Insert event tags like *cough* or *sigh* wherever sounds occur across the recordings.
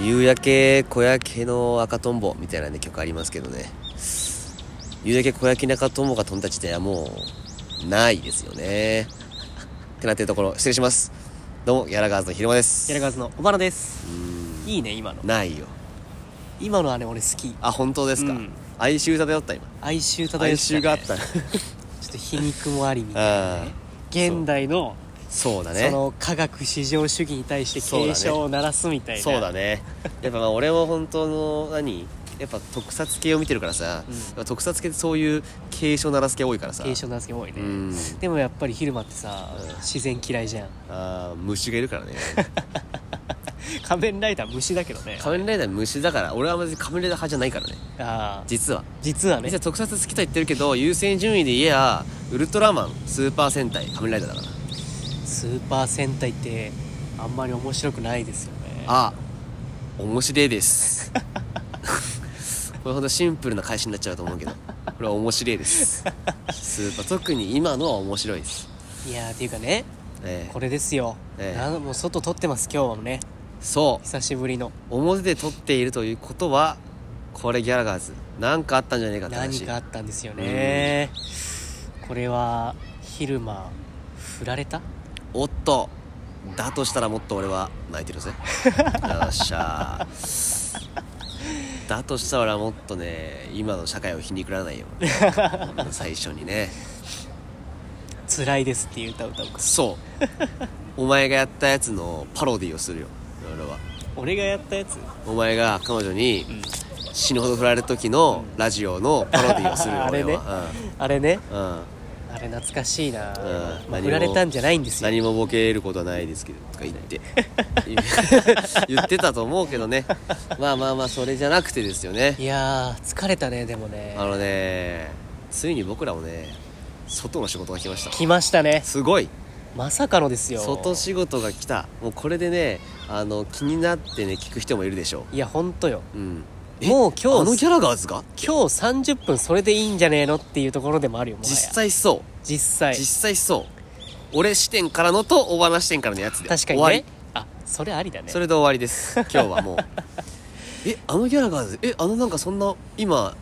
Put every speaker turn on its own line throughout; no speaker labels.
夕焼け小焼けの赤とんぼみたいなね曲ありますけどね夕焼け小焼けの赤とんぼが飛んだ時代はもうないですよね *laughs* ってなってるところ失礼しますどうもギャラガーズの昼間です
柳川津の小花です
うーん
いいね今の
ないよ
今のはね俺好き
あ本当ですか、
うん
哀愁漂った今
哀愁漂
哀
ってたね
愁があったね
ちょっと皮肉もありみたいなね
*laughs* あ
現代の
そうだ
そ,、
ね
の科学至上主義に対して
そうだね
警鐘を鳴らすみたいな
そうだねやっぱまあ俺も本当の何やっぱ特撮系を見てるからさ、
うん
やっぱ特撮系ってそういう警鐘鳴らす系多いからさ
警鐘鳴らすけ多い
う
ね、
ん
でもやっぱり昼間ってさ、
うん
自然嫌いじゃん
あー虫がいるからね
仮面ライダー虫だけどね
仮面ライダー虫だから俺は別に仮面ライダー派じゃないからね
ああ
実は
実はね
実は特撮好きとは言ってるけど優先順位で言えばウルトラマンスーパー戦隊仮面ライダーだから
スーパー戦隊ってあんまり面白くないですよね
あ面白いです *laughs* これほんとシンプルな返しになっちゃうと思うけどこれは面白いですスーパー特に今のは面白いです
いやーっていうかね
ええ
これですよ、
ええ
なんもう外撮ってます今日はね
そう
久しぶりの
表で撮っているということはこれギャラガーズ何かあったんじゃねえかって
何
話
かあったんですよねこれは昼間振られた
おっとだとしたらもっと俺は泣いてるぜよっしゃだとしたら俺はもっとね今の社会を皮肉らないようん最初にね
辛いですっていう歌を歌うか
そうお前がやったやつのパロディをするよ俺は
俺がやったやつ、
お前が彼女に
うん
死ぬほど振られる時のラジオのパロディをするよ
*laughs* あ
俺
れね
は、
あれね
うんうん
あれ懐かしい
うん
な、まあ
何も
振られたんじゃないんですよ
何もボケることはないですけどとか言って *laughs* 言ってたと思うけどねまあまあまあそれじゃなくてですよね
いやー疲れたねでもね
あのねついに僕らもね外の仕事が来ました
来ましたね
すごい
まさかのですよ
外仕事が来たもうこれでねあの気になってね聞く人もいるでしょ
いやほんとよ
う、うん、え
もう今日
あのギャラガーズが
今日30分それでいいんじゃねえのっていうところでもあるよもはや
実際そう、
実際
実際そう俺視点からのとおばな視点からのやつで
確か
終
に
わり
ねあそれありだね
それで終わり
*laughs*
です今日はもうえあのギャラガーズえあのなんかそんな今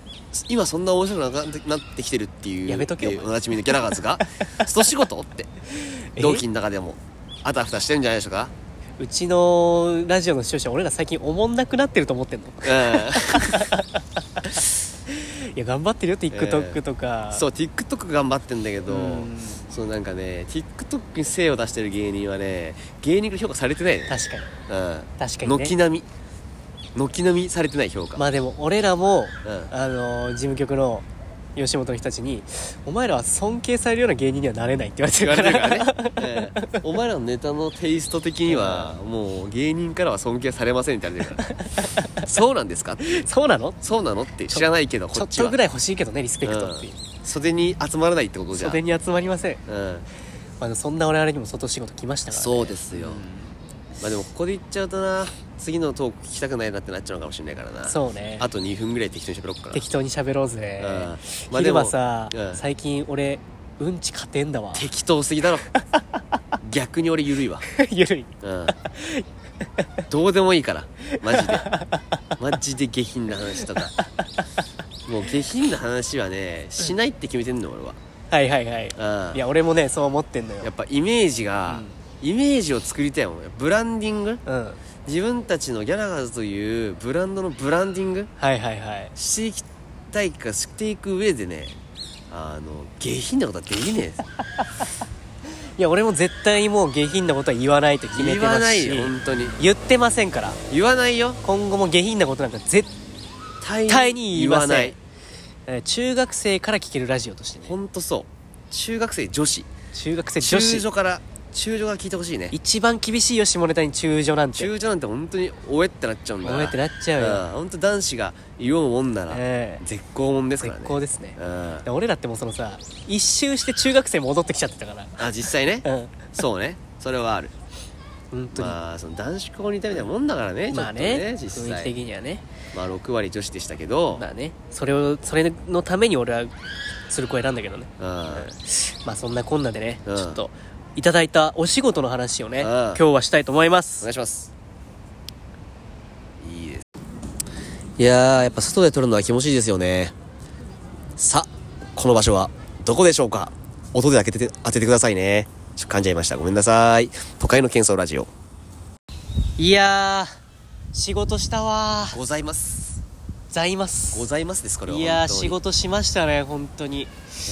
今そんな面白くなってなってきてるっていう
やめとけよ
えーおなじみのギャラガーズ
*laughs*
が外仕事って
え
同期の中でもあたふたしてるんじゃないでしょう
*laughs*
か
うちのラジオの視聴者俺ら最近おもんなくなってると思ってんの
うん
いや頑張ってるよ TikTok とか、
そう TikTok 頑張ってんだけど
うん
そうなんかね TikTok に精を出してる芸人はね芸人が評価されてないね
確かに
う
確か
ん
に
軒
ね
並み軒並みされてない評価、
まあでも俺らも、
うん
あの事務局の吉本の人たちに「お前らは尊敬されるような芸人にはなれない」って言われて
言わ
るか
れ
ら
てるからね、 *laughs* ええお前らのネタのテイスト的にはもう芸人からは尊敬されませんって言われてる
*laughs*
からそうなんですかって
そうなの
そうなのって知らないけど
ち
こ
ょ
っ
っ
ち
と
は
ぐらい欲しいけどねリスペクトっていう、
うん袖に集まらないってことじゃん
袖に集まりません、
うん、
まあ、そんな我々にも外仕事来ましたから、ね、
そうですよ、まあでもここで言っちゃうとな次のトーク聞きたくないなってなっちゃうかもしれないからな
そうね
あと2分ぐらい適当に喋ろっかな
適当に喋ろうぜ、
うんまあでも
昼間さ、
うん
最近俺うんち勝てんだわ
適当すぎだろ逆に俺ゆるいわ
*laughs* ゆるい
うん、どうでもいいからマジでマジで下品な話とかもう下品な話はねしないって決めてんの俺は
はいはいはい、
うん
いや俺もねそう思ってんのよ
やっぱイメージが、イメージを作りたいもんブランディング
うんはい
自分たちのギャラガーズというブランドのブランディング
はいはい
していきたいかしていく上でねあの下品なことはできね
いや俺も絶対にもう下品なことは言わないと決
え
めて
言
ま
わな
す
い
し
よ本当に
言ってませんから
言わないよ
今後も下品なことなんか絶
絶
対に言いません
わない
えー中学生から聞けるラジオとしてね
本当そう中学生女子
中学生
中
女
女
子
から中女が聞いてほしいね
一番厳しいよ下ネタに中女なんて
中女なんて本当におえってなっちゃうんだ
おえってなっちゃうよ
ん本当男子が言おうもんなら、
ええ
絶好もんですからね
絶好ですすね
うん、あ
で俺らってもうそのさ一周して中学生戻ってきちゃってたから
実際ね
うん
そうねそれはある
本当に、まあ
まあその男子校にいたみたいなもんだからねちょっとね,、
ね
実
雰囲気的
際
にはね
まあ6割女子でしたけど、
まあねそれをそれのために俺は鶴子を選んだけどね
うん
まあそんなこんなでね、
うん
ちょっといただいたお仕事の話をね、
うん
今日はしたいと思いま
お
す
願いしますいいですいやーやっぱ外で撮るのは気持ちいいですよねさあこの場所はどこでしょうか音で当てて当ててくださいねちょっと噛んじゃいましたごめんなさい都会の喧騒ラジオ
いやー仕事したわー
ございます
ざいます
ございますですこれはい
や
本
ー
当に
仕事しましたね本当に
いや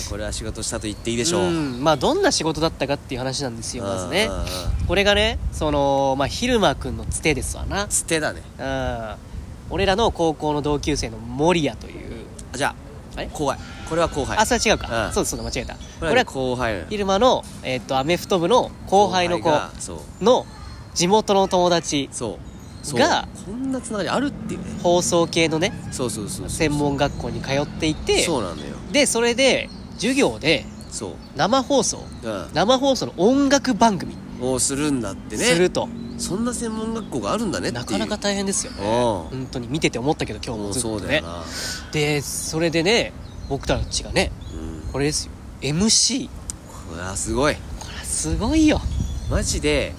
これは仕事したと言っていいでしょう、
んまあどんな仕事だったかっていう話なんですよまずね
うんうんうん
これがねそのまあ昼間くんのつてですわな
つてだね
うん俺らの高校の同級生の守谷という
あじゃ
あ
あ
れ
後輩これは後輩
あそれは違うか、
うん
そうですそうだ間違えた
こ
こ
れ
れ
は
は
後輩
昼間の、えっとアメフト部の後輩の子
後がそう
の地元の友達
そうそう
が
こんなつながりあるっていうね
放送系のね
そうそうそうそう
専門学校に通っていて
そうなのよ
でそれで授業で
そう
生放送
う
生放送の音楽番組
んをするんだってね
すると、
そんな専門学校があるんだねってい
な
う
かなか大変ですよね
うん
本当に見てて思ったけど今日
も
も
う
ずっ
そ
と
うだ
ね
よな
でそれでね僕たちがね
うん
これですよ MC
これはすごい
これすごいよ
マジで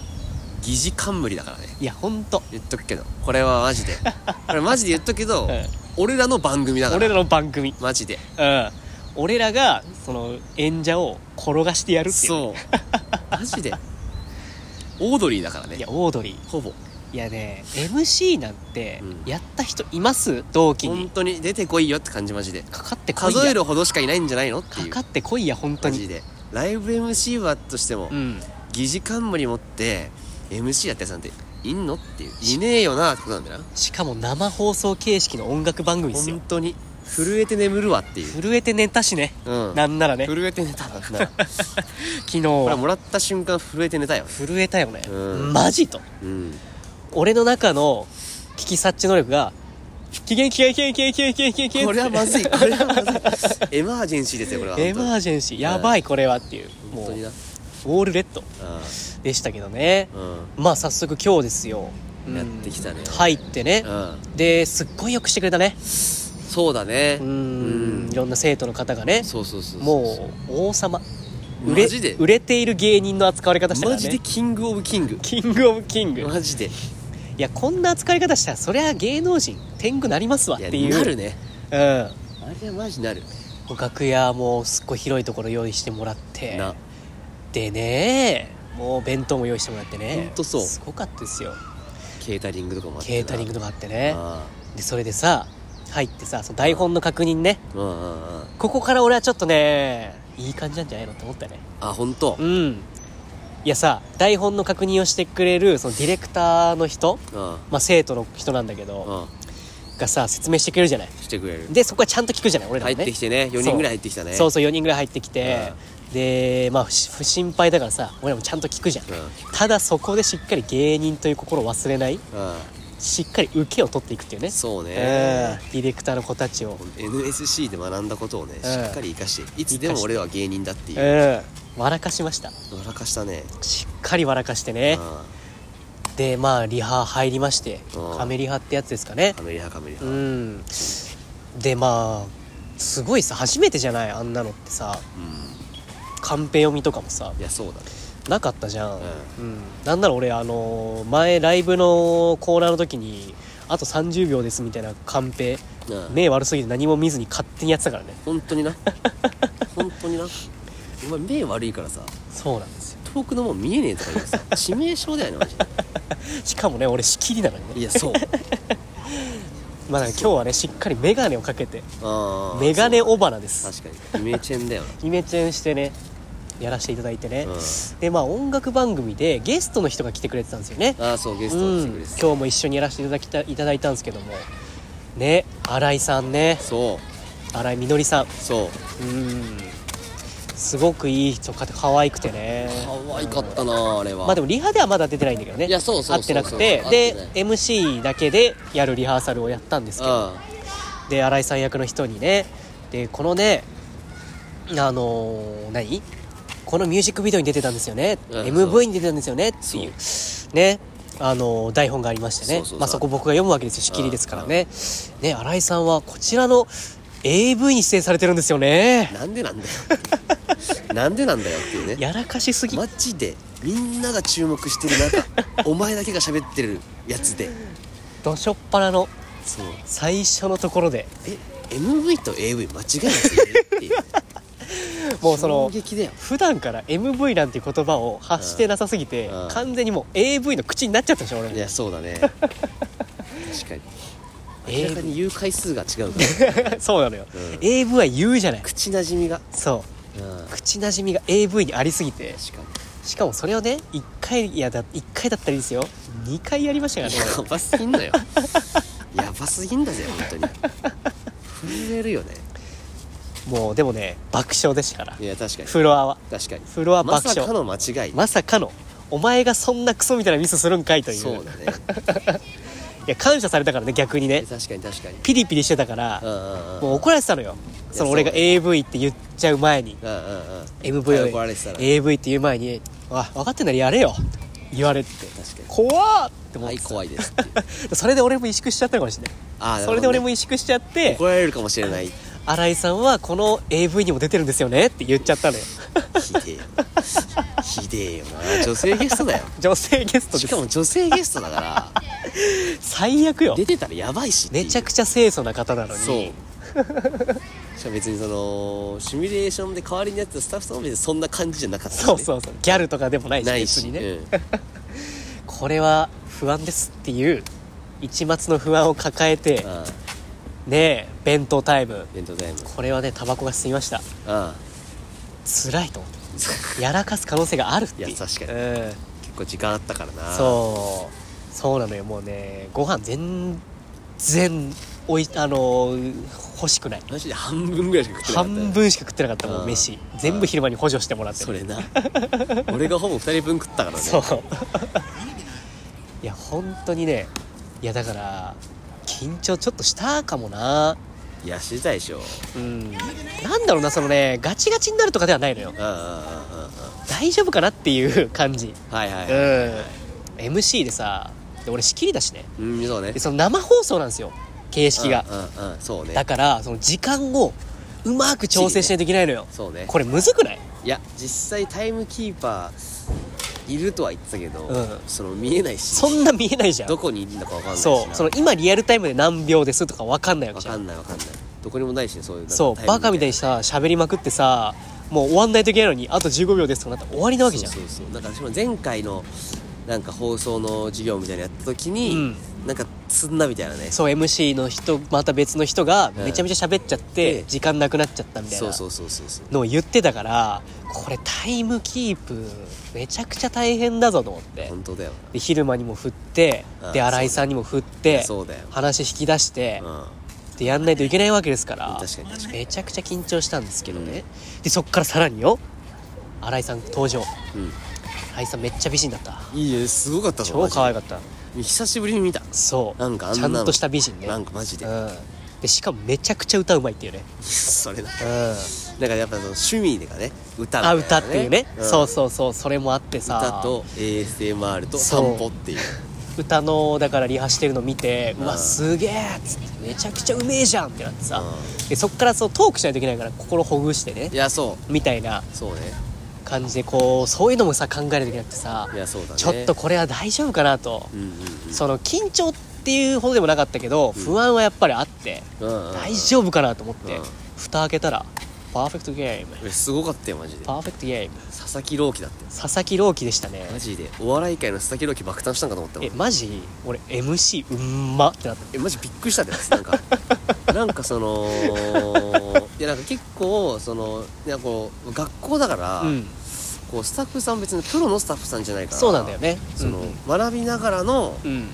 疑似冠だからね
いやほんと、
言っとくけどこれはマジでこれマジで言っとくけど
*laughs* うん
俺らの番組だから
俺らの番組
マジで
うん俺らがその演者を転がしてやるっていうね
そうマジでオードリーだからね
いやオードリー
ほぼ
いやね MC なんて
うん
やった人います同期
本
に
当に出てこいよって感じマジで
かかってこいや
数えるほどしかいないんじゃないのってい
か
う
かってこいや本当
マジ
に
でライブ MC はとしても、
うん
疑似冠持って MC やったやつなんていんのっていういねえよなってことなんだよな
しかも生放送形式の音楽番組ですよ
本当に震えて眠るわっていう、
震えて寝たしね
うん、
なんならね
震えて寝
*laughs*
たな
昨日
これ
は
もらった瞬間震えて寝たよ、
震えたよね
うん
マジと
うん、
俺の中の聞き察知能力が機嫌機嫌機嫌機嫌機嫌機嫌機嫌機嫌
これはまずいこれはまずいエマージェンシーですよこれは
*laughs* エマージェンシーやばいこれはっていうも
本当
うウ
に
ォ
な
ールレッドでしたけどね
うんうん
まあ早速今日ですようん
やってきたね
入ってね
うん
ですっごいよくしてくれたね
そうだね
う
うんん
いろんな生徒の方がね
そうそうそうそう
もう王様売
マ
れ
ジで
売れている芸人の扱われ方したか
マ
ら
ジで
ね
キングオブキン
*laughs*
グ
キングオブキング
マジで
いやこんな扱い方したらそりゃ芸能人天狗なりますわっていう
なるね
うん
あれはマジなる
お楽屋もすっごい広いところ用意してもらって
な
でねもう弁当も用意してもらってね
ほんとそう
すごかったですよ
ケータリングとかもあってな
ケータリングとかあってね
あ
でそれでさ入ってさその台本の確認ね
あうんうんうん
ここから俺はちょっとねいい感じなんじゃないのって思ったね
あ本当
う。んいやさ台本の確認をしてくれるそのディレクターの人
うん
まあ生徒の人なんだけど
うん
がさ説明してくれるじゃない
してくれる
でそこはちゃんと聞くじゃない俺らも
入
ね
ってきてね4人ぐらい入ってきたね
そうそう4人ぐらい入ってきて、でまあ不不心配だからさ俺らもちゃんと聞くじゃん、
うん
ただそこでしっかり芸人という心を忘れない
うん
しっかり受けを取っていくっていうね
そう
う
ね
んディレクターの子たちを、
この NSC で学んだことをねしっかり生かしていつでも俺らは芸人だって
う
い
ん、
う
笑かしました
笑かしたね
しっかり笑かしてね
うん
でまあリハ入りまして
うん
カメリハってやつですかね
カメリハカメリハ
う
うん
んでまあすごいさ初めてじゃないあんなのってさカンペ読みとかもさ
いやそうだね
なかったじゃん、うんなんなら俺あのー前ライブのコーナーの時にあと30秒ですみたいなカンペ
うん
目悪すぎて何も見ずに勝手にやってたからね
本当にな本当になお前目悪いからさ
そうなんですよ
遠くのもん見えねえとか言うさ致命傷だよねマジ
*laughs*
で
しかもね俺仕切りなのに
い
ね
やそう
まあなんか今日はねしっかり眼鏡をかけて
あー
眼鏡
そう
オバナです
確かにイメチェンだよな
イメチェンしてねやらせていただいてね、
う
でまあ音楽番組でゲストの人が来てくれてたんですよね
ああそうゲスト
う
の来
ん
てくれてた
今日も一緒にやらせていただきたいただいたんですけどもね新井さんね
そ
新井みのりさん
うそう
うんすごくいい人か可愛くてね
可愛かったなあれは
まあでもリハではまだ出てないんだけどね
いやそうそうそうそう
会ってなくて
会って
で MC だけでやるリハーサルをやったんですけど
う
で新井さん役の人にねでこのねあのー何このミュージックビデオに出てたんですよね、
うん
MV に出てたんですよねっていうねあのー台本がありましてね
そうそうそう
まあ、そこ僕が読むわけですよ仕切りですからね、ね新井さんはこちらの AV に出演されてるんですよね
んなんでなんだよ *laughs* なんでなんだよっていうね
やらかしすぎ
マ
*laughs*
ジでみんなが注目してる中お前だけが喋ってるやつで
どしょっぱらの
そう
最初のところで
え MV と AV 間違いですよねっていう
*laughs* もうその
衝撃だよ
普段から MV なんていう言葉を発してなさすぎて、
うんうん
完全にもう AV の口になっちゃったでしょ俺
いやそうだね確か
*laughs*
に明らかに言う回数が違うから
そうなのよ、
うん
AV は言うじゃない
口なじみが
そう
うん
口なじみが AV にありすぎて
確か
しかもそれをね1回いやだ1回だったらいいですよ2回やりましたか
に
らね
やばすぎんのよやばすぎんだぜ本当に震えるよね
もうでもね爆笑でしたから
いや確かに
フロアは
確かに
フロア
ま
爆
さか
笑
の間違い、
まさかのお前がそんなクソみたいなミスするんかいという
そうだね
いや感謝されたからね逆にね
確かに確かに
ピリピリしてたから
う、んうんうん
もう怒られてたのよ
や
その俺が
そうだ
AV って言っちゃう前に
うんうんうん
MV
怒られてたら
AV って言う前に「あ分かってんならやれよ」言われて
確かに
怖ーって思
は
って
い
た、
怖いですっていう
*laughs* それで俺も萎縮しちゃったのかもしれない
あーなるほどね
それで俺も萎縮しちゃって
怒られるかもしれない
新井さんはこの AV にも出てるんですよねって言っちゃったのよ *laughs*
ひでえよなひでえよな女性ゲストだよ
女性ゲストで
しか
す
も女性ゲストだから
最悪よ
出てたらやばいしっていう
めちゃくちゃ清楚な方なのに
そう *laughs* しかも別にそのシミュレーションで代わりにやってたスタッフさんも別にそんな感じじゃなかったしね
そうそうそうギャルとかでもないし
ないし
別にね、
うん
これは不安ですっていう一末の不安を抱えて
ああ
ねえ弁当タイム
弁当タイム
これはねタバコが進みました
ああ
辛いと思ってやらかす可能性があるっていう
いや確かに
うん
結構時間あったからな
そうそうなのよもうねご飯全然おいあのー欲しくない
マジで半分ぐらいしか食ってなかったよ
半分しか食ってなかったも
うんん
飯全部昼間に補助してもらって
それな俺がほぼ2人分食ったからね
そう *laughs* いや本当にねいやだから緊張ちょっとしたかもない
やしてたでしょ
うんなんだろうなそのねガチガチになるとかではないのよ
うんうんうんうんうん
大丈夫かなっていう感じ
はいは
うん
いはい
MC でさで俺仕切りだしね
うんそうね
でその生放送なんですよ形式が
うんうんうんそうね
だからその時間をうまく調整しないといけないのよ、
そうね
これむずくない
いや実際タイムキーパーいるとは言ってたけど、
うん
その見えないし
そんな見えないじゃん
どこにいるのかわかんないしな
そうその今リアルタイムで何秒ですとか分かんないわけ
わ
じゃ
か
ん
んないわかんないどこにもないしねそういうなんか
そう
タイム
バカみたいにさ喋りまくってさもう終わんないといけないのにあと15秒ですとかなったら終わりなわけじゃん
そうそうそうなんか私も前回のなんか放送の授業みたいなのやった時に、なんか積んだみたいなね
そう MC の人また別の人が
うん
めちゃめちゃ喋っちゃって
で
時間なくなっちゃったみたい
そう
な
そうそうそうそう
のを言ってたからこれタイムキープめちゃくちゃ大変だぞと思って
本当だよ
で昼間にも振って
うん
で新井さんにも振っ
いや
て
そうだよ、
話引き出して
うん、
でやんないといけないわけですから
確かに確か
めちゃくちゃ緊張したんですけどねでそっからさらによ新井さん登場
に、
新井さんめっちゃ美人だった
うん、いいえすごかったぞ
超可愛
か
かった
久しぶりに見た *laughs*
そう
なんかあん
ち
な
ゃ
の
んとした美人ね
なんかマジで、
うんでしかもめちゃくちゃ歌うまいっていうね
それな
うん
なんかやっぱその趣味でかね歌みた
あ
いな
歌っていうね、
ん
そうそうそうそれもあってさ
歌と ASMR と散
そう
歩っていう
歌のだからリハしてるの見て
う
うんわすげえっつってめちゃくちゃうめえじゃんってなってさ
う
でそっからそうトークしないといけないから心ほぐしてね
いやそ
みたいな
うそうね
感じでこうそういうのもさ考えないといけなくてさ
いやそうだね
ちょっとこれは大丈夫かなと
うんうんうん
その緊張っていうほどでもなかったけど不安はやっぱりあって
うんうん
大丈夫かなと思って
うん
蓋開けたらパーフェクトゲーム
えすごかったよマジで
パーフェクトゲーム
佐々木朗希だって
佐々木朗希でしたね
マジでお笑い界の佐々木朗希爆誕したんかと思ったもん
えマジ俺 MC うんまってなった
えマジびっくりしたでなん
*laughs*
かなんかそのいやなんか結構そのいやこう学校だから、
うん
こうスタッフさん別にプロのスタッフさんじゃないから
そうなんだよね
その、
うん
学びながらの
うん、うん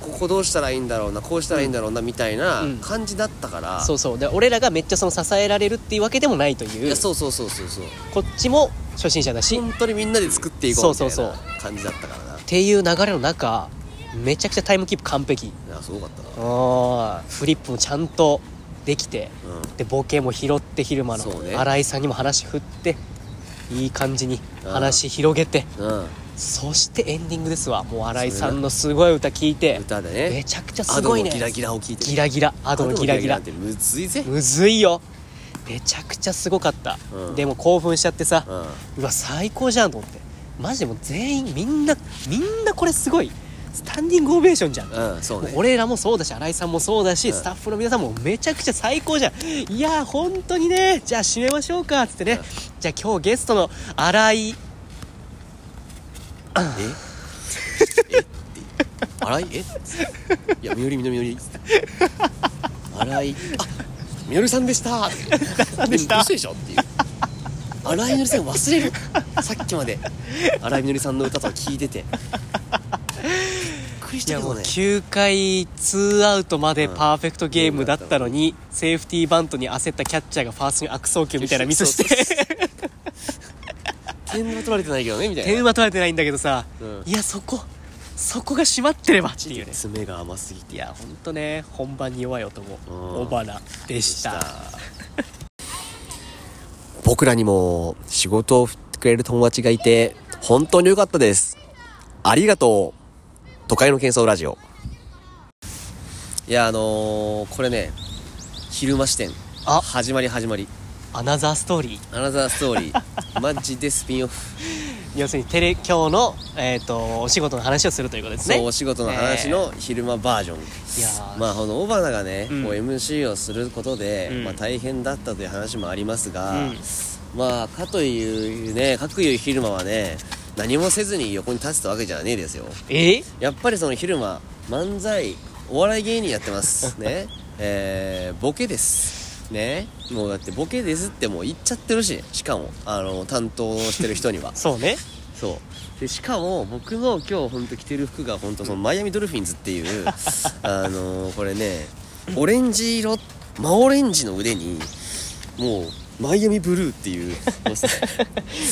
ここどうしたらいいんだろうなこうしたらいいんだろうな、みたいな
うん
感じだったから、
そうそうで俺らがめっちゃその支えられるっていうわけでもないという
いやそうそうそうそうそう
こっちも初心者だし、っ
本当にみんなで作っていこうみたい
そうそう
な
そ
感じだったからな
ていう流れの中めちゃくちゃタイムキープ完璧
いやすごかったな
あーフリップもちゃんとできて
うん
でボケも拾って昼間
そうね
の新井さんにも話振っていい感じに話広げて
うん
そしてエンディングですわもう新井さんのすごい歌聞いて
歌で
め
ね
ちゃくちゃ
ア
す
ド
ごい
の
ね
ギラギラを聞いて
ギラギラア
ア
ドのギラギラ
ってむずいぜ
むずいよめちゃくちゃすごかった、
うん
でも興奮しちゃってさ
う、ん
うわ最高じゃんと思ってマジでもう全員みんなみんなこれすごいスタンディングオベーションじゃん、
うんそうね
俺らもそうだし新井さんもそうだし、
うん
スタッフの皆さんもめちゃくちゃ最高じゃんいやー本当にねじゃあ締めましょうかっつってね、
うん
じゃあ今日ゲストの新井
ええって荒井えいやみよりみのみより荒井あみよりさんで
*laughs*
した
んでした
も嘘でしょっていう荒井みのりさん忘れるさっきまで荒井みのりさんの歌とは聞いててびっくりし
い
た
や
け
も
ど
う
ね
9回2アウトまで
うん
パーフェクトゲームだったのに、セーフティーバントに焦ったキャッチャーがファーストに悪送球みたいなミスして
点は取られてないけどねみたいな
点は取られてないんだけどさ、
うん
いやそこそこが締まってればっていうね
爪が甘すぎて
いやほんとね本番に弱い男
うん
小花でした
僕らにも仕事を振ってくれる友達がいて本当に良かったですありがとう都会の喧騒ラジオいやあのーこれね昼間視点
あ
始まり始まり
アナザーストーリー
アナザーストーリーマジでスピンオフ
要するにテレ今日の、えー、とお仕事の話をするということですね
そうお仕事の話の昼間バージョン、
いやー
まあこの尾花がね、
うん
こう MC をすることで、
うん
まあ、大変だったという話もありますが、
うん
まあかというねかくいう昼間はね何もせずに横に立つたわけじゃねえですよ
え
やっぱりその昼間漫才お笑い芸人やってます
*laughs*
ねえーボケですねもうだってボケですってもう言っちゃってるししかもあの担当してる人には
そうね
そうでしかも僕の今日本当着てる服が本当そのマイアミドルフィンズっていう *laughs* あのーこれねオレンジ色真オレンジの腕にもうマイアミブルーっていう
*laughs*
もうさ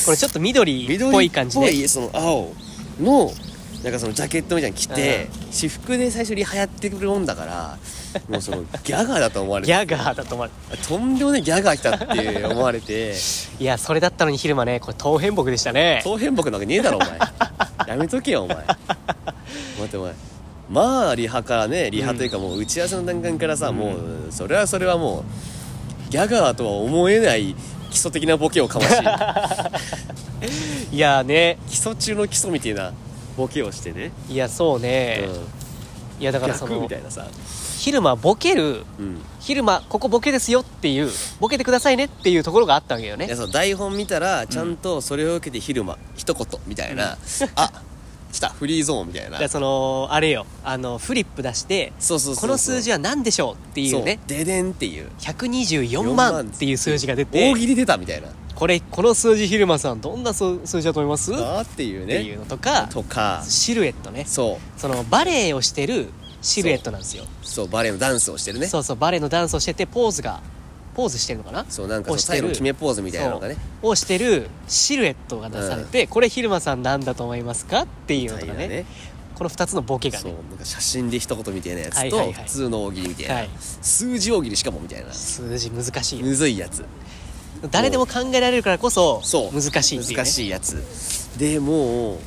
これちょっと緑
緑
っぽい感じ
っぽ
ね
いその青のなんかそのジャケットみたいに着て、私服で最初に流行ってくるもんだからもうそのギャガーだと思われ
ギ
て
ャガーだと思う
とんでもないギャガー来たって思われて。
いやそれだったのに昼間ねこれ当変木でしたね
総変木なんかねえだろお
*laughs*
前やめとけよお前待ってお前まあリハからねリハというかもう打ち合わせの段階からさ、もうそれはそれはもうギャガーとは思えない基礎的なボケをかまし *laughs*
いやね
基礎中の基礎みたいなボケをしてね、
いやそうね、
う
いやだ
ん、
からそ
逆み
の
たいなさ、
昼間ボケる
うん、
昼間ここボケですよっていうボケてくださいねっていうところがあったわけよ
いや
ね
そう台本見たらちゃんとそれを受けて昼間一言みたいな、あ来たフリーゾーンみたいな
だからそのあれよあのフリップ出して
そうそうそうそう
この数字は何でしょうっていうね
そうででんっていう
124万っていう数字が出て
大喜利出たみたいな
これこの数字昼間さんどんな数数字だと思いますっ
あーっていうね
ていうのとか
とか
シルエットね
そう
そのバレエをしてるシルエットなんですよ
そうバレエのダンスをしてるね
そうそうバレエのダンスをしててポーズがポーズしてるのかな
そうなんかそ
を
う
して
最後
る
の決めポーズみたいなのがね
そうをしてるシルエットが出されて、これ昼間さんなんだと思いますかっていうのとか
みた
ね
いな
この2つのボケが
そう
ね
なんか写真で一言みたいなや
は
つ
いはいは
と
い
普通の大喜利みたいな、
はい
数字大喜利しかもみたいな
数字難しいよ
むずいやつ
誰でも考えられるからこそ
そう
難しいっていう、ね、
難しいやつでもう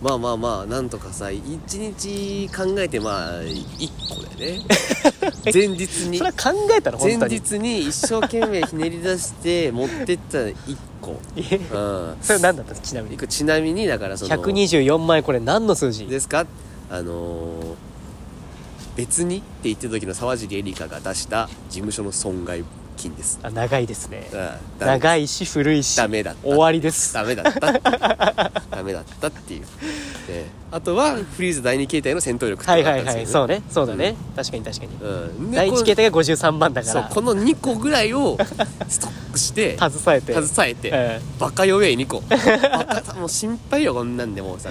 まあまあまあなんとかさ一日考えてまあ一個だ
*laughs*
よね前日に
それは考えたら
前
本当に
日に一生懸命ひねり出して持ってった一個
え
うん
*laughs* それ何だったのちなみに
一個ちなみにだからその
124万円これ何の数字
ですかあのー別にって言ってた時の沢尻エリカが出した事務所の損害金です、
あ長いですね
うんダメ
長いし古いし
ダメだった
終わりです
ダメだった *laughs* っていうダメだったっていう、ねあとはフリーズ第2形態の戦闘力って
はいいう
のが
は
あっ
い
たん
は
で
い
すけ
そ
ど
うねそうだね、確かに確かに
うんで
第
こ
一
の
形態が53万だか
そう
ら
この2個ぐらいをストックして
携えて
携えて、
え
バカ弱え2個バカもう心配よこんなんでもうさ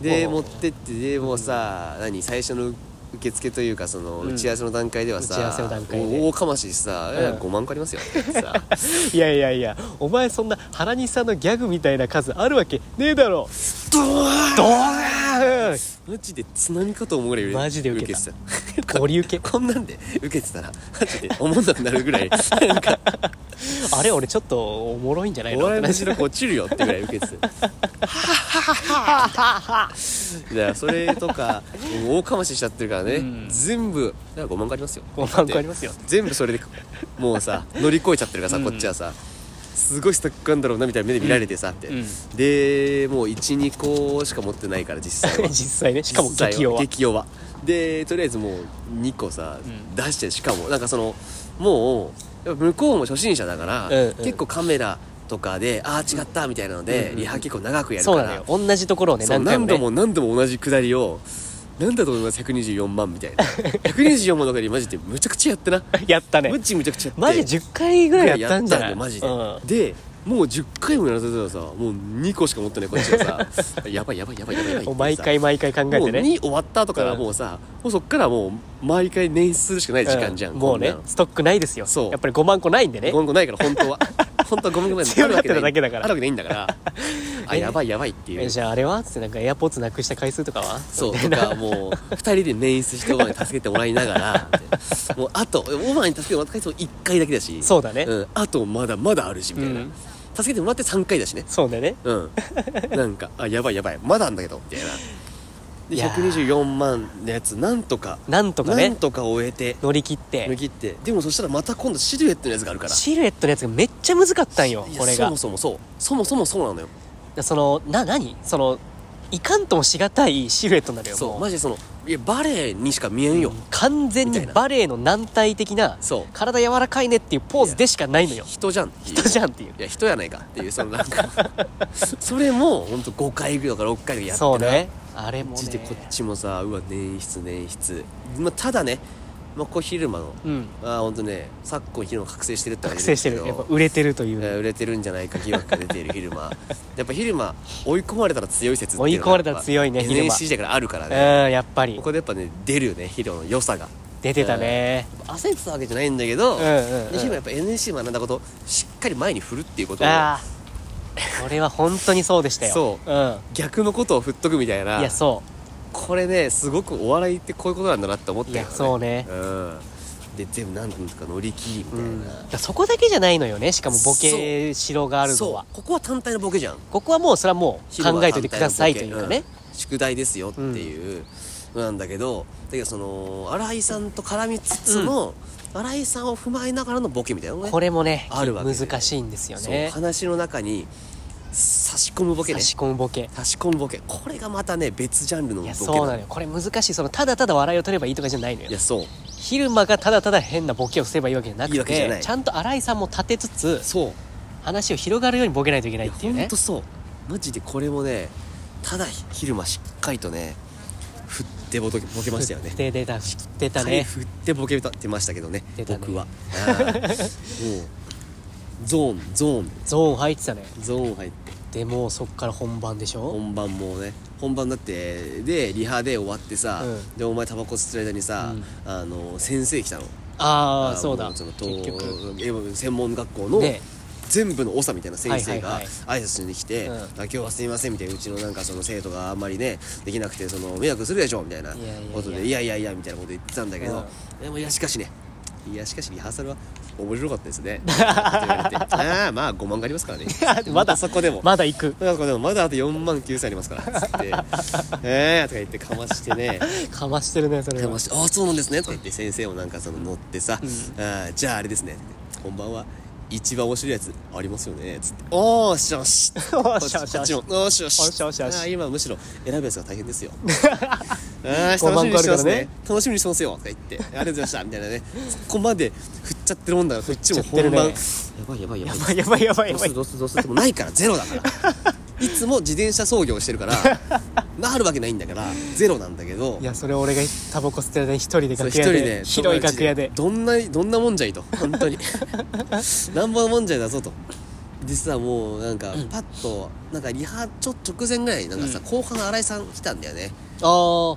で
も
持
う
ってってでもうさ何最初の受付というかその
う
打
ん
ち合わせの段階ではさ、
打ち合わせの段階で
お大かましいしさ、
うん
いや5万個ありますよってさ
いやいやいやお前そんな原西さんのギャグみたいな数あるわけねえだろ
ドワー
*laughs* ドーン
ンマジで津波かと思うぐらい
マジで受けた
てた
ゴリ受け
こんなんで受けてたらマジで思んなくなるぐらいなんか
あれ俺ちょっとおもろいんじゃない
お
の
笑いの実力落ちるよってぐらい受けてたはっはっはっはだからそれとかもう大かまししちゃってるからね、
うん
全部だから5万個ありますよ
5万個ありますよ
全部それでもうさ乗り越えちゃってるからさ、
うん
こっちはさすごいスタックあんだろうなみたいな目で見られてさって、
うん
でもう12個しか持ってないから実 *laughs* 際は
実際ねしかも
実際は
激弱
激弱でとりあえずもう2個さ、
うん
出してしかもなんかそのもうやっぱ向こうも初心者だから、
うんうん
結構カメラとかでああ違ったみたいなので、
うんうん
リハ結構長くやるか
そう
ら
なのよ同じところをね
そう
何回も、
何
ね、
度も何度も同じくだりをなんだと思います124万みたいな124万の中にマジでむちゃくちゃやってな
やった *laughs* ね
むちむちゃくちゃやって
マジ10回ぐらいやったんじゃない
やマジで、
うん
でもう10回もやらせたらさもう2個しか持ってないこっちがさ *laughs* やばいやばいやばいやばいやばいってさ
もう毎回毎回考え
もう
てね
2終わった後から
うん
もうさ、もうそっからもう毎回捻出するしかない時間じゃん、
うんもうね
こんなの
ストックないですよ
そう
やっぱり5万個ないんでね
ごめんごめんないから本当
*laughs*
は本当はごめんごめん
強がってた
あるわけない
だけだから
あるわけないんだから
*laughs*
あやばいやばいっていう
えじゃああれはつってなんかエアポーツなくした回数とかは
そうと
*laughs*
かもう2人で捻出してオーバーに助けてもらいながらもうあとオーバーに助けてもらった回数1回だけだし
そうだね
ん、あとまだまだあるしみたいな、
うん
助けてもらって3回だしね
そうだね
うん
*laughs*
なんかあやばいやばいまだあんだけどみたいなで
いやー
124万のやつなんとか
なんとか
なん
ね
とか終えて
乗り切って
抜きってでもそしたらまた今度シルエットのやつがあるから
シルエットのやつがめっちゃ難かったんよ
いや
これ
そ
が
もそもそうそもそもそうなのよ
そのな何そのいかんともしがたいシルエットになるよ
そ
も
うマジでそのいやバレエにしか見えんよ、
完全に
みたいな
バレエの軟体的な
そう
体柔らかいねっていうポーズでしかないのよ
人じゃんっていう
人じゃんっていう
いや人やないかっていうそのなんか *laughs* それもほんと5回とか6回とかやってな
そうねあれも
マ
ね
ジでこっちもさうわ捻出捻出、まあ、ただね、まあ、こう昼間の
うん
ああほんとね昨今昼間覚醒してるって
覚醒してるやっぱ売れてるという、
えー売れてるんじゃないか疑惑が出ている昼間 *laughs* やっぱ昼間追い込まれたら強い説っていうのが
追い込まれたら強いね
やっぱ
昼間
NSC 時代からあるからね、
うんやっぱり
ここでやっぱね出るよねヒロの良さが
出てたね
焦ってたわけじゃないんだけど、
うんうん、
でヒロは
う
やっぱ NSC 学んだことをしっかり前に振るっていうこと
ん、
を
ああこれは本当にそうでしたよ、
そう
ん、
逆のことを振っとくみたいない
やそ
これねすごくお笑いってこういうことなんだなって思った
う
よ
い
ね
やそうね、
うんで全部なんとか乗り切りみた
う
い
ん、だ
な、
からそこだけじゃないのよねしかもボケしろがあるの
そ
は
うここは単体のボケじゃん
ここはもうそれはもう
昼は
考えといてくださいというかね、
うん宿題ですよっていうのなんだけど、だけどその新井さんと絡みつつも、新井さんを踏まえながらのボケみたいなのね
これもね
あるわけで
難しいんですよ
そう
ね
話の中に差し込むボケね
差し込むボケ
差し込むボケこれがまたね別ジャンルのボ
い
ケ
や
だ
そうなのよこれ難しいそのただただ笑いを取ればいいとかじゃないのよ
いやそう
昼間がただただ変なボケをすればいいわけじゃな
い
く
い
て
わけじゃない
ちゃんと新井さんも立てつつ
そう
話を広がるようにボケないといけないい
や
ってい
ほ
うね
んとそうマジでこれもねただ昼間しっかりとね振ってボケボケましたよね
振って出た振ってた
はい
ね
振ってボケてましたけどね
出たね
僕
*laughs*
はあーもうゾーンゾーン
ゾーン入ってたね
ゾーン入って
でもうそっから本番でしょ
本番もね本番だってでリハで終わってさ、
うん
でお前タバコ吸ってる間にさ、あの先生来たの
ああ
の
そうだ
そのと
結局
え専門学校の、
ね
全部の長みたいな先生が
はい
挨拶しに来て「
うん
あ今日はすみません」みたいなうちのなんかその生徒があんまりねできなくてその迷惑するでしょみたいない
やいやいや
ことで「いやいやいや」みたいなこと言ってたんだけど、
う
でもいやしかしねいやしかしリハーサルは面白かったです
*laughs*
ねって言われてああまあ5万がありますからね
まだ
そこでも
まだ行く
まだそこでもまだあと4万9千ありますからつっ
*laughs*
て「ええ」とか言ってかましてね
かましてるねそれ
か
は
まして「ああそうなんですね」とか言って先生もなんかその乗ってさ「
うん
あーじゃああれですね」本番は一番面白いやつありますよね」つって「おーしよし」*laughs*
お
こっ
ー
ち
しよし
こっちも「おーしよし」
おーしよしよし
あー今むしろ選ぶやつが大変 *laughs* ですよあー
五
楽し
万
みに
個あ
して
るか
ま
ら
す
ね
ね楽しみにしてますよとか言って「ありがとうございました」みたいなねそこまで振っちゃってるもんだからこっちも本番、や
振っち
ばいやばいやばい
やばいやばい
どう
やばいやば
す
い
るどうするどうするでもないからゼロだ *laughs* からいつも自転車操業してるからなるわけないんだからゼロなんだけど
いやそれ俺がタバコ吸ってる間に一人で
そう
楽
一
屋
人
で
で
広い楽屋で
どんなどんなもんじ
*laughs*
ゃいと本当になんぼのもんじゃいだぞと実はもうなんかパッとなんかリハちょ直前ぐらいになんかさ、
うん
後半新井さん来たんだよね
ああ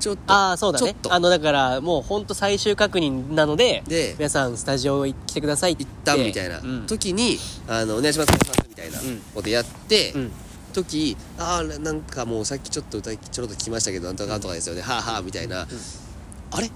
ちょっと
ああそうだ
ちょ
ね
っと
あのだからもうほんと最終確認なので
で
皆さんスタジオ来てくださいって
一旦みたいな
うん
時に「あのお願いしますお願いします」みたいな
うん
ことやって、
うん
時ああなんかもうさっきちょっと歌ちょろっと聞きましたけどなんとかなんとかですよね、はあはあみたいな、あれ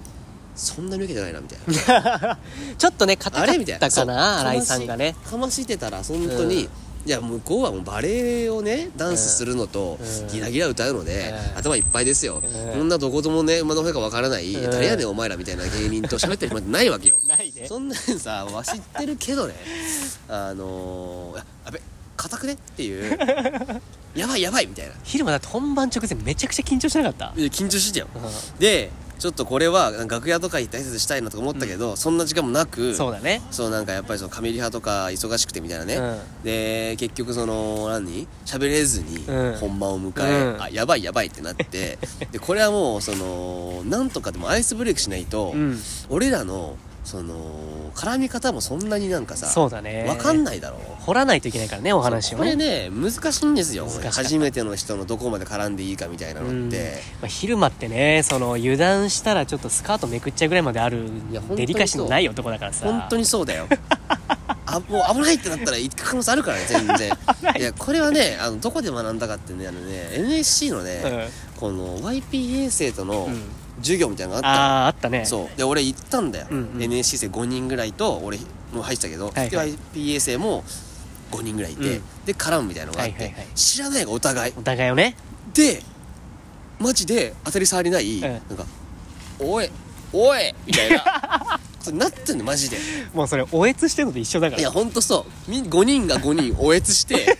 そんなに受けてないなみたいな
ちょっとね硬
あ
か
れみたい
っ
な
たかな
そう
新井さんがね
かましかましてたら本当に、
うん
いや向こうはもうバレエをねダンスするのと、
うん
ギラギラ歌うので、
うん
頭いっぱいですよ、
うん
こんなどこともね馬の上かわからない、
うん
誰やねんお前らみたいな芸人と喋ってる暇ってないわけよ
ないね
*laughs*
け
そんなんさわ知ってるけどねあのー、あやべ硬くねっていう
*laughs*
やばいやばいみたいな
昼間だって本番直前めちゃくちゃ緊張しなかった、
いや緊張してたよ
う
でちょっとこれは楽屋とか行って挨拶したいなとか思ったけど、そんな時間もなく
ん、そうだね
そうなんかやっぱりそのカメリハとか忙しくてみたいなね、
うん
で結局その何喋れずに
うん
本番を迎え、
うん
あやばいやばいってなって
*laughs*
でこれはもうそのなんとかでもアイスブレイクしないと、
うん
俺らのその絡み方もそんなになんかさ
そうだね
わかんないだろう
掘らないといけないからねお話を
これね難しいんですよ
難しかった
初めての人のどこまで絡んでいいかみたいなのって、
まあ、昼間ってねその油断したらちょっとスカートめくっちゃうぐらいまである
いや本当にそう
デリカシーのない男だからさ
本当
に
にそうだ
*laughs*
よあもう危ないってなったら行く可能性あるからね
*laughs*
全然いやこれはねあのどこで学んだかってねあのね NSC のね、この YPA 生徒の
うん
授業みたいなのがあっ
ああーあった
た
ね
の、そうで俺行ったんだよ、
うんうん
NSC 生5人ぐらいと俺も入ってたけど、
はいはい
で YPA 生も5人ぐらいいて、
うん
で絡むみたいなのがあって、
はいはいはい
知らないがお互い
お互いをね
でマジで当たり障りない、
ん
なんか「おいおい!」みたいな
*laughs*
それなってんのマジで
もうそれおえつしてるのと一緒だか
いや
ら
ほんとそうみ5人が5人おえつして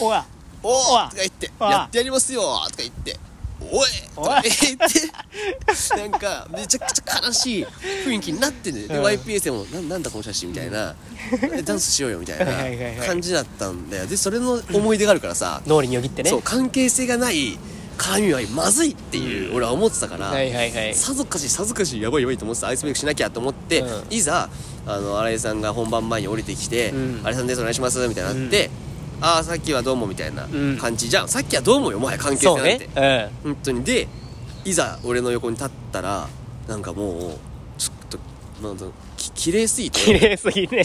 おわ
「お
*laughs* お
お!」
わ
とか言って「
おわ
やってやりますよ!」とか言って「おい!」とか言ってなんかめちゃくちゃ悲しい雰囲気になってんのよで
うん
YPS でもな「なんだこの写真」みたいな「ダンスしようよ」みた
はいはいはい
い
は
ない感じだったんだよでそれの思い出があるからさ
脳裏によぎってね
そう関係性がない絡みはまずいっていう俺は思ってたから、
はいはいはい
さぞかしさぞかしやばいやばいと思ってたアイスブレイクしなきゃと思って、
うん
いざあの新井さんが本番前に降りてきて「
うん
新井さんですお願いします」みたいになって「ああさっきはどうも」みたいな
うん
感じじゃん、さっきはどうもよもはや関係性
そ
な
うんね
て、
うん
本当にでいざ俺の横に立ったらなんかもうちょっとなんかき綺麗すぎ
*laughs* 綺
て
麗すぎね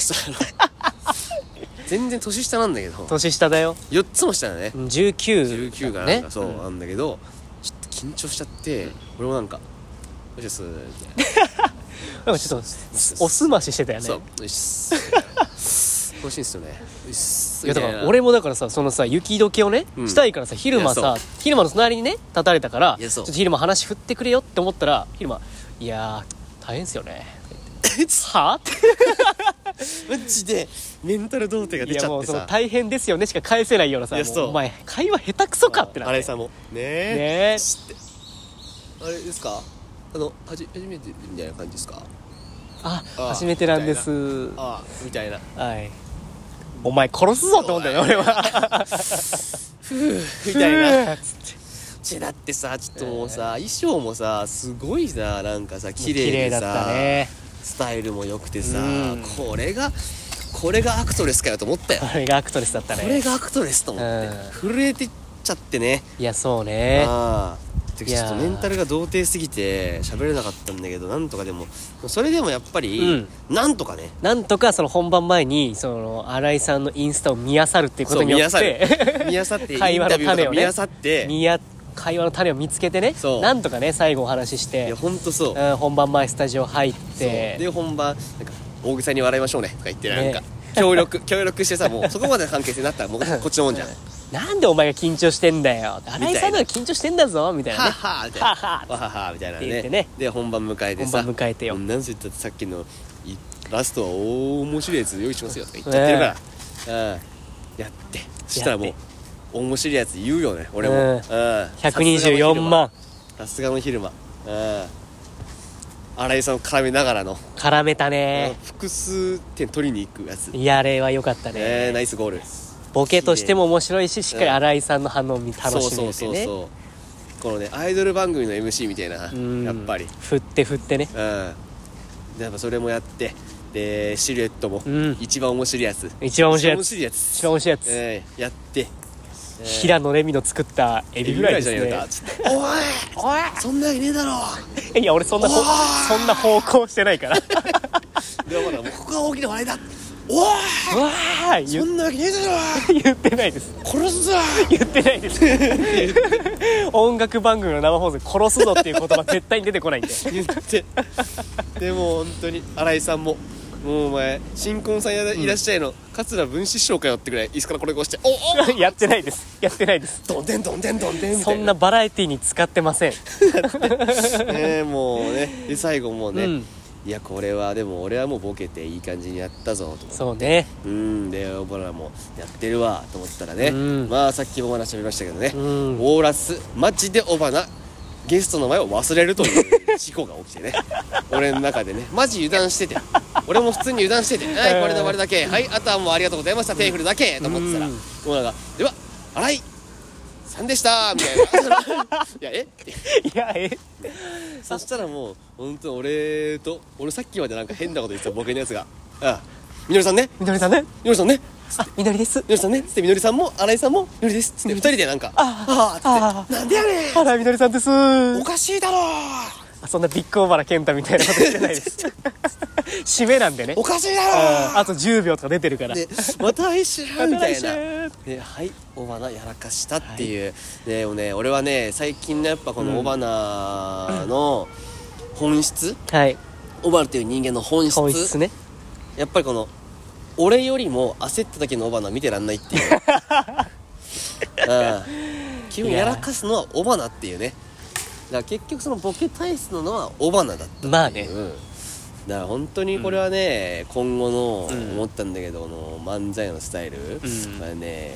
全然年下なんだけど
年下だよ
4つも下だね、
うん19
19がなんかそうなんだけど、ちょっと緊張しちゃって、俺もなんか「よしっす」みたい
なんかちょっとおすまししてたよ
な「
ね
そうよしっす」みたいな欲しいんすよねよしっす
いやだか
みた
ら
な
俺もだからさそのさ雪解けをね、
うん
したいからさ昼間
いや
さ昼間の隣にね立たれたから
い
ち
や
ょ
そ
っ
う
と昼間話振ってくれよって思ったら昼間いやー大変っす
*laughs*
よねはあって
マジでメンタル童貞が
い
出ち
や
ゃっ
もう
て
その
さ
大変ですよねしか返せないようなさ
いや
もう
そう
お前会話下手くそかってなっ
荒
て
井さんも「ねえ」
ねえ
知って「あれですかあのはじ初めてみたいな感じですか
あ
あ
初めてなんです
ああ」みたいな
はいお前殺すぞと思ったよね俺は
「みたいな。
な
ちだってさちょっともうさ、衣装もさすごいさなんかさ綺麗
綺麗
で
だ
さ
ったね
スタイルも良くてさ、
うん
これがこれがアクトレスかよと思ったよ、
あれがアクトレスだったね
これがアクトレスと思って、
う
震えてっちゃってね、
いやそうね
ああてか
い
ち
や
ょっ
ー
とメンタルが童貞すぎて喋れなかったんだけどなんとかでもそれでもやっぱり、なんとかね
なんとかその本番前にその新井さんのインスタを見漁るっていうこ
そ
と
う見
によ
や
っ
さ
て
れ *laughs* 見やさってイン
*laughs* 会話の
タビューと
種
か
を
見
ね
やさって、
見や会話の種を見つけてね
そう
なんとかね最後お話しし
い
て
や、ほんとそう,、
うん、本番前スタジオ入っ
そうで
て
本番なんか大げさに笑いましょうねとか言ってなんか、
ね
協力協力してさもうそこまでの関係性になったらもうこっちのもんじゃん
なんでお前が緊張してんだよ新井さんの方が緊張してんだぞみたいな
は
ね
あはあみたいな
はあはあ
わははみたいな
って言っ
ね
てね
で本番迎えてさ
本番迎えてよ
何せ言ったってさっきのいラストは大面白いやつ用意しますよとか言っちゃってるから、うんやってそしたらも
や
う
っ
面白いやつ言うよね俺も、
う
うんん
124万
さすがの昼間うん新井さんを絡めながらの、
絡めた
うん
ね
複数点取りに行くやつ
いやあれは良かった
えー、
ね
ナイスゴール
ボケとしても面白いししっかり
うん
新井さんの反応を見楽し
そ
め
う
るって
そ
い
そ
う
う
ね
そうこのねアイドル番組の MC みたいな
うん
やっぱり
振って振ってね
うんでやっぱそれもやってでシルエットも
うん
一番面白いやつ、
一番面白いや
一番面
つ
白いやつ
一番面白いやつ
ええやって
平野レミの作ったエ
エ
ビフライです
じゃねえか
ね
つっておい
おい
そんなわけねえだろ
いや俺そんなほ
おー
そんな方向してないから
でもほらもうここが大きな笑いだおい
わー
そ
*laughs* 言
んなわけねえだろ
言ってないです
殺すぞ
言ってないです音楽番組の生放送で殺すぞっていう言葉絶対に出てこないんで *laughs*
言ってでも本当に新井さんももうお前新婚さんいらいらっしゃいの、桂文枝師匠かよってくらい椅子からこれこうしておお
やってないですやってないです
どんでんどんでんどんでんみた
そ
い
ん
な
な *laughs* バラエティに使ってません
ねえもうねで最後もうね、
うん
いやこれはでも俺はもうボケていい感じにやったぞと思って
そうね
うんでオボラもやってるわと思ったらね、
うん
まあさっきもお話しましたけどね、
うん
オーラスマジでオバナゲストの名前を忘れるという事故が起きて
*laughs*
ね俺の中でねマジ油断してて俺も普通に油断して
*laughs*
て「はいこれで終わりだけはいあとはもうありがとうございましたテーフルだけ」と思ってたら、
うん
オーラが「では新井さんでした」みた
*laughs*
いな「いやえって
いやえ
そしたらもう本当俺と俺さっきまでなんか変なこと言ってたボケのやつが「ああみのりさんね
みのりさんね
みのりさんね」
あみのりです
みのりさんねっつってみのりさんも新井さんもみのりですっつって二人でなんか「ああ」っつって「なんでやねん
あらみのりさんです
おかしいだろ
あそんなビッグオーバラ健太みたいなことしてないです締めなんでね
おかしいだ
うん
ろ
あと10秒とか出てるから
でまた来週
また
みた
来
い
週
なではい尾花やらかしたっていう、でもね俺はね最近のやっぱこの尾花の本質
はい
尾花っていう人間の本質
本質ね
やっぱりこの俺よりも焦った時の尾花見てらんないっていう
*laughs*
うん気分やらかすのは尾花っていうねだから結局そのボケ体質なのは尾花だったっていう
まあね
うんだから本当にこれはね、今後の
うん
思ったんだけど、あの漫才のスタイル、
ん
これね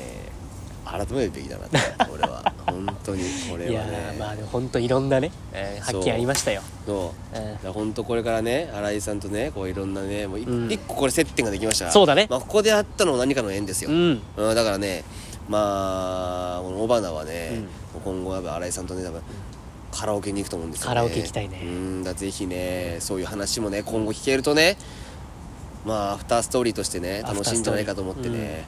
改めるべきだなって俺は本当にこれ
い
は
や
ね
ーまあでも本当いろんなね、えー
そう
発見ありましたよ
そう
うん
だから本当これからね新井さんとねこういろんなねもうい一、
うん
個これ接点ができました
そうだね
まあ、ここであったのも何かの縁ですよ、
うん
うんだからねまあこの尾花はね、今後やっぱ新井さんとね多分カラオケに行くと思うんですよね
カラオケ行きたいね
うんだぜひねそういう話もね今後聞けるとねまあアフターストーリーとしてね
アフ
楽
タ
し
ー
いん
ス
じ
ト
ゃ
ー
ない
リー
かと思ってね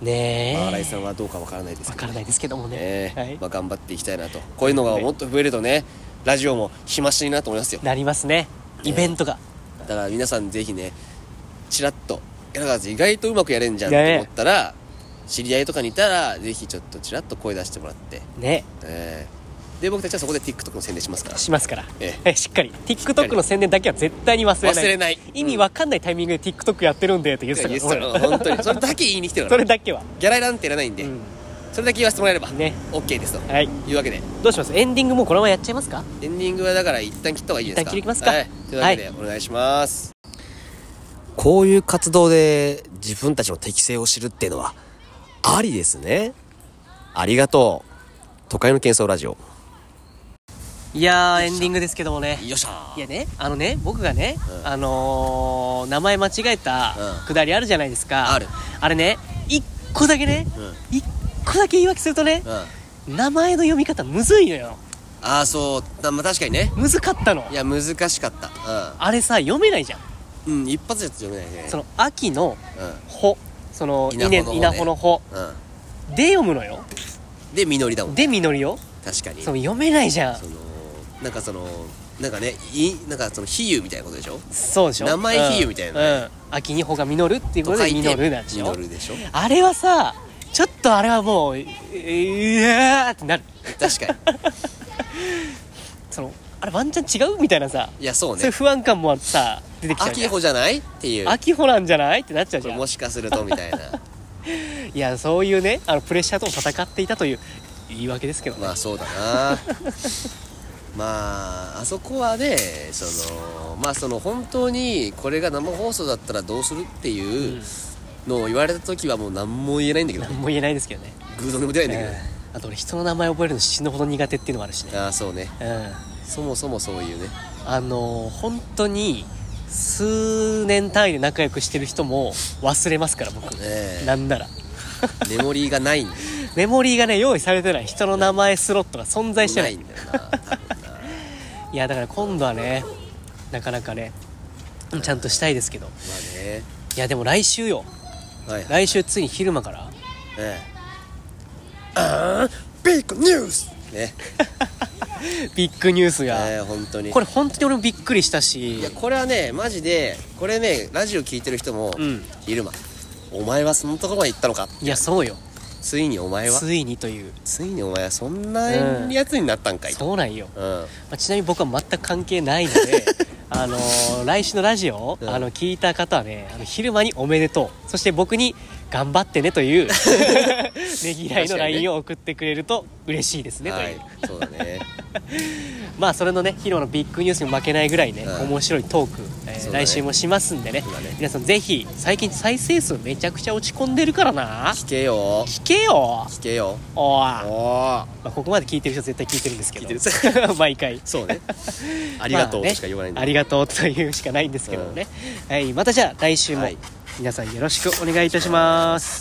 うん、
ねえ
まあ、新井さんはどうかわからないです
わ
け
か
ど
らないですけどもね
ね、
はい
まあ、頑張っていきたいなとこういうのがもっと増えるとねラジオも暇しいなと思いますよ
なりますねイベントが
だから皆さんぜひねチラッといやだから意外とうまくやれんじゃんって思ったら、知り合いとかにいたらぜひちょっとチラッと声出してもらって、
ね
えーで僕たちはそこで TikTok の宣伝しますから
しますから
え
えしっかり TikTok の宣伝だけは絶対に忘れない
忘れない
意味わかんないタイミングで TikTok やってるんでって言ってた
いや
か
そ
ら
れ
俺
本当にそれだけ言いに来てるか
そ
ら
れだけは
ギャラなんていらないんで、
うん
それだけ言わせてもらえれば、
ね
OK ですと
はい
いうわけで
どうしますエンディングもうこのままやっちゃいますか
エンディングはだから一旦切った方がいいですか
一旦切りますか
はい、というわけでお願いします、こういう活動で自分たちの適性を知るっていうのはありですねありがとう都会の喧騒ラジオ
いやーエンディングですけどもね
よっしゃ
いやねあのね僕がね、
うん
あのー名前間違えた
うん
くだりあるじゃないですか
ある
あれね一個だけね、一個だけ言い訳するとね
う、んあ
名前の読み方むずいのよ
あそうだまあ確かにね
むずかったの
いや難しかった
あれさ読めないじゃん
うん、うん、一発じゃ読めないね
その秋の「ほ」その
稲
稲
穂の穂ね
穂稲穂の「ほ
うん、う」
で読むのよ
ん、で実りだもん
で実りよ
確かに
そ
そ
の読めないじゃん
のなんかそのなんかねいなんかその比喩みたいなことでしょ
そうでしょ
名前比喩
うん
みたいなね
うん秋に穂が実るっていうことで実るなんでしょ
実るでしょ
あれはさちょっとあれはもうえーうわーってなる
確かに
そのあれワンチャン違うみたいなさ
いやそう
そうい
ね
う不安感もさ出てきちゃう
秋
じゃん
穂じゃないっていう
秋穂なんじゃないってなっちゃ
こ
うじ
れ
ゃん
もしかするとみたいな *laughs*
いやそういうねあのプレッシャーとも戦っていたという言い訳ですけどね、
まあそうだな *laughs* まああそこはねそのまあその本当にこれが生放送だったらどうするって
う
いうんのを言われた時はもう何も言えないんだけど
何も言えないですけどね
グードにも出ないんだけど、
うんあと俺人の名前覚えるの死ぬほど苦手っていうのもあるしね
ああそうね
うん
そもそもそういうね
あの本当に数年単位で仲良くしてる人も忘れますから僕、
え
なんなら
メモリーがないんだよ
メモリーがね用意されてない人の名前スロットが存在して
な
な
い
いい
んだよな多分な
やだから今度はねなかなかねちゃんとしたいですけど
まあね
いやでも来週よ
はいはい
来週ついに昼間から
ええあービッグニュースね
ビッグニュースが、
ええ本当に
これ本当に俺もびっくりしたし
いやこれはねマジでこれねラジオ聞いてる人も、
うん
昼間お前はそのところまで行ったのか
いやそうよ
ついにお前はつ
ついにという
いにお前はそんな
うん
やつになったんかいと、
そうなんよ
うん
まあちなみに僕は全く関係ないの
*laughs*
であのー来週のラジオを、
うん
あの聞いた方はねあの昼間におめでとうそして僕に頑張ってねと
*laughs*
いうねぎらいの LINE を送ってくれると嬉しいですねという、
はいそうだね
まあそれのねヒロのビッグニュースに負けないぐらいね、
はい
面白いトーク、えー
そうだね
来週もしますんでね
そうだね
皆さんぜひ最近再生数めちゃくちゃ落ち込んでるからな
聞けよ
聞けよ
聞けよ
お
お
ー
お
まあ、ここまで聞いてる人絶対聞いてるんですけど
聞い *laughs*
毎回
そう
*laughs*
ねありがとうとしか言わないん
ま
だ
あね、ありがとうというしかないんですけどもね、はい、またじゃあ来週も
はい
皆さんよろしくお願いいたします、